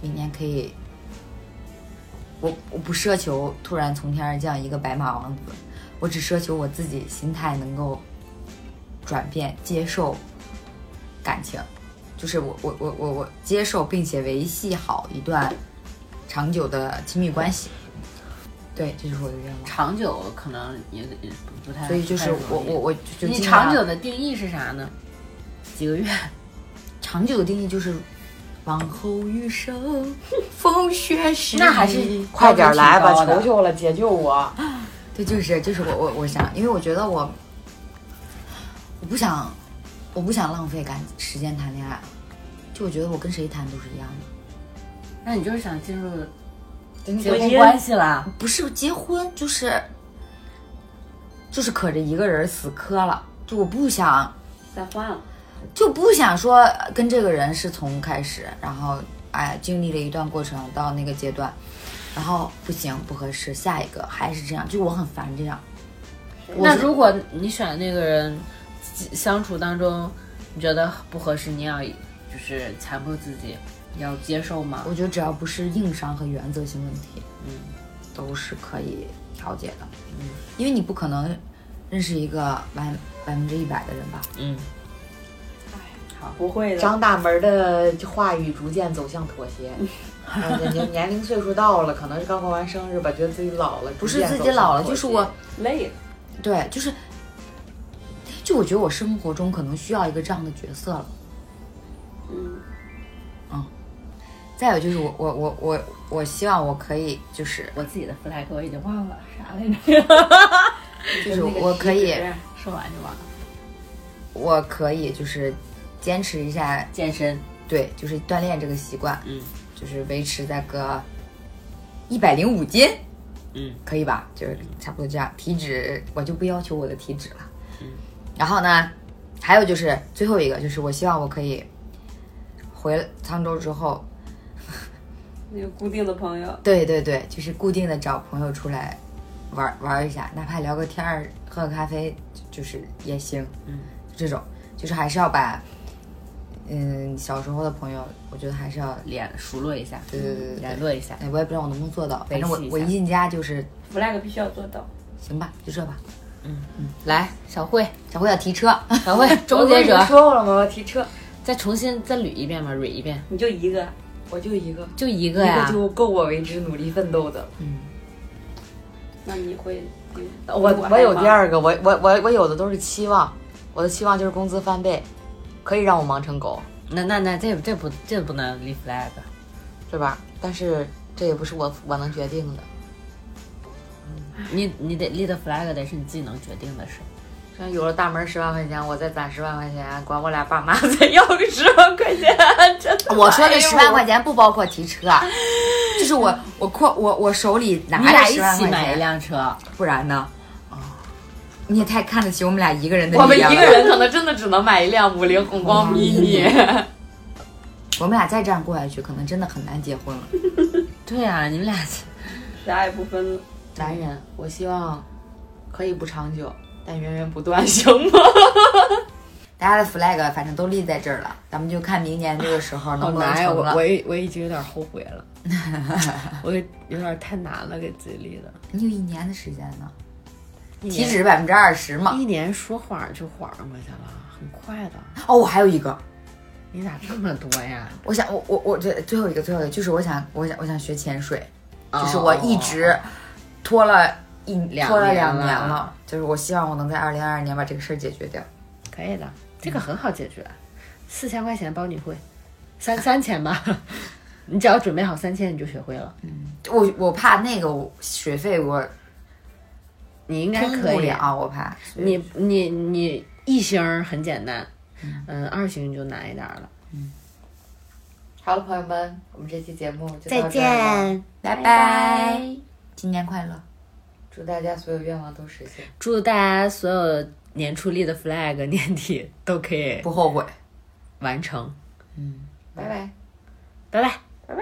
C: 明年可以，我我不奢求突然从天而降一个白马王子，我只奢求我自己心态能够转变，接受感情，就是我我我我我接受并且维系好一段长久的亲密关系。对，这就是我的愿望。
E: 长久可能也也不太，
C: 所以就是
E: 不太
C: 我
E: 容易
C: 我我就
E: 你
C: 尽
E: 长
C: 量
E: 久的定义是啥呢？几个月？
C: 长久的定义就是往后余生，风雪十里。
E: 那还是
A: 快点儿来吧，
E: 要求挺高
A: 求
E: 的
A: 求了，解救我！
C: 对，就是就是我我我想，因为我觉得我我不想我不想浪费感时间谈恋爱，就我觉得我跟谁谈都是一样的，
E: 那你就是想进入结
A: 结
E: 婚关系啦？
C: 不是结婚就是就是可着一个人死磕了，就我不想
F: 再换了，
C: 就不想说跟这个人是从开始，然后哎经历了一段过程到那个阶段，然后不行不合适，下一个还是这样，就我很烦这样。我
E: 那如果你选那个人相处当中，你觉得不合适，你要就是强迫自己要接受吗？
C: 我觉得只要不是硬伤和原则性问题，嗯，都是可以调节的。嗯，因为你不可能认识一个百百分之一百的人吧？
E: 嗯，
A: 不会的。张大门的话语逐渐走向妥协，感觉年龄岁数到了，可能是刚过完生日吧，觉得自己老了。
C: 不
A: 逐
C: 是
A: 渐
C: 自
A: 走
C: 己
A: 向
C: 老了，
A: 妥
C: 就是
A: 协
C: 我，
F: 累了，
C: 对，就是，就我觉得我生活中可能需要一个这样的角色了。
F: 嗯，
C: 再有就是我我我我我希望我可以就是
E: 我自己的 flag 我已经忘了啥来着，
C: 就是我可以
E: 说完就忘了。
C: 我可以就是坚持一下，
E: 健身，
C: 对，就是锻炼这个习惯，
E: 嗯，
C: 就是维持在个一百零五斤，
E: 嗯，
C: 可以吧？就是差不多这样。体脂我就不要求我的体脂了，
E: 嗯。
C: 然后呢，还有就是最后一个，就是我希望我可以回沧州之后，
F: 那个固定的朋友，
C: 对对对，就是固定的找朋友出来玩儿玩儿一下，哪怕聊个天儿、喝个咖啡，就就是也行。
E: 嗯，
C: 这种就是还是要把，嗯，小时候的朋友，我觉得还是要，
E: 联熟络一下，
C: 对对对对
E: 联络一下。
C: 哎，我也不知道我能不能做到，反正我
E: 维系一下
C: 我一进家就是，
F: flag 必须要做到。
C: 行吧，就这吧。
E: 来，小慧，
C: 小辉要提车，
E: 小 慧，终
A: 我不是
E: 结
A: 已
E: 者
A: 经，说过了吗？我提车，
E: 再重新再捋一遍吧，捋一遍。
F: 你就一个，
A: 我就一个，
E: 就一
A: 一
E: 个呀，
A: 就够我为之努力奋斗的了。
F: 那你会，
A: 我我有第，二个，我我我我有的都是期望，我的期望就是工资翻倍，可以让我忙成狗，
E: 那那那这这不这不能立 flag，
A: 是吧？但是这也不是我我能决定的。
E: 你你得立的 flag 得是你自己能决定的事。
A: 虽然有了大门十万块钱，我再攒十万块钱，管我俩爸妈再要个十万块钱，真的。哎
C: 我说的十万块钱不包括提车，啊就是我我括我我手里拿
E: 你俩
C: 着
E: 一
C: 十万
E: 起
C: 块
E: 买一
C: 钱，
E: 辆车，
C: 不然呢？啊你也太看得起我们俩一个人的
A: 我
C: 力
A: 们
C: 量嗯
A: 一
C: 了
A: 个人可能真的只能买一辆五菱宏光 mini。
C: 我们俩再这样过下去，可能真的很难结婚了。
E: 对啊，你们俩
F: 啥也不分了。
A: 男人，我希望可以不长久，但源源不断， 行吗？
C: 大家的 flag 反正都立在这儿了，咱们就看明年这个时候能不
A: 啊
C: 能成了。
E: 已哦我已经有点后悔 了，我有点太难了给自己立的。
C: 你有一年的时间呢，体
E: 体
C: 脂百分之二十嘛。
E: 一年说晃就晃过去了，很快的。
C: 哦，我还有一个，
E: 你咋这么多呀？
C: 我想我我我这最后一个最后一个就是我想我想我想学潜水，就是
A: 哦
E: 哦
C: 我一直拖了一
E: 两
C: 拖了
E: 年
C: 两
E: 了
C: 年了，就是我希望我能在二零二二年把这个事儿解决掉。
E: 哦可以的，这个很好解决，四千块钱包你会，三三千吧， 你只要准备好三千你就学会了，
C: 我我怕那个我学费我
E: 你应该
C: 吞
E: 可
C: 不
E: 以。
C: 了，我怕
E: 你你你一星儿很简单，嗯，二星就难一点儿了。
A: 好了，朋友们，我们这期节目就到这儿了，
C: 拜拜，新年快乐！
A: 祝大家所有愿望都实现。
E: 祝大家所有年初立的 flag 年底都可以
C: 不后悔。
E: 完成，
A: 嗯拜拜。
E: 拜拜。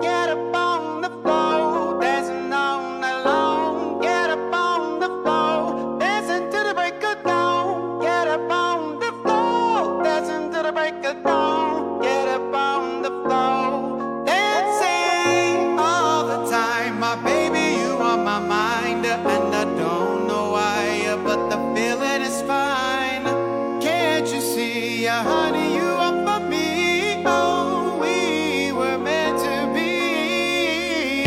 H: Get up on the floor, dancing all night long. Get up on the floor, dancing till the break of dawn. Get up on the floor, dancing till the break of dawn. Get up on the floor, dancing all the time. My baby, you are my mind, and I don't know why, but the feeling is fine. Can't you see, uh, honey, you are for me? Oh, we were meant to be.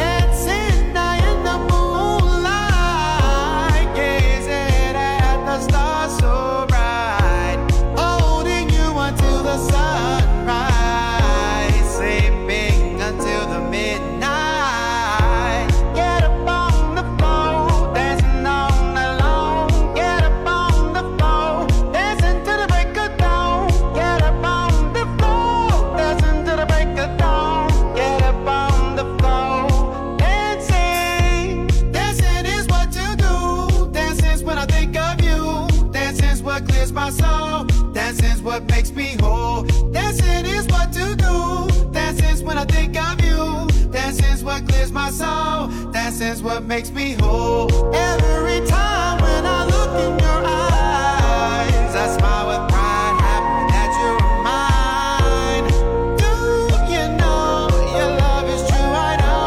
H: Dancing night in the moonlight, gazing at the stars so bright, holding you until the sunrise, sleeping until the midnight. Get up on the floor, dancing all night long. Get up on the floor, dancing till the break of dawn. Get up on the floor, dancing till the break of dawn. Get up on the floor, dancing. Dancing is what you do. Dancing's when I think of you. Dancing's what clears my soul. Dancing's what makes me whole. Dancing is what to do. Dancing's when I think of you. Dancing's what clears my soul. Dancing's what makes me whole. Every time when I look in your eyes, I smile with pride, happy that you're mine. Do you know your love is true? I know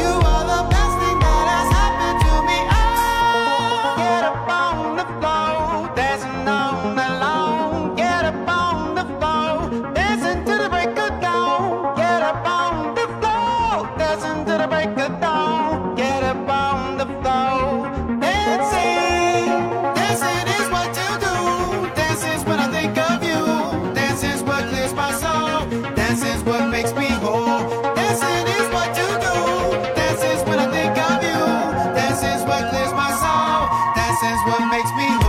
H: you are the best thing that has happened to me. Oh, get up on the floor, dancing all night long. Get up on the floor, dancing to the break of dawn. Get up on the floor, dancing to the break of dawn. Get up on the floor, dancing. Dancing is what you do. Dancing's when I think of you. Dancing's what clears my soul. Dancing's what makes me whole. Dancing is what you do. Dancing's when I think of you. Dancing's what clears my soul. Dancing's what makes me whole.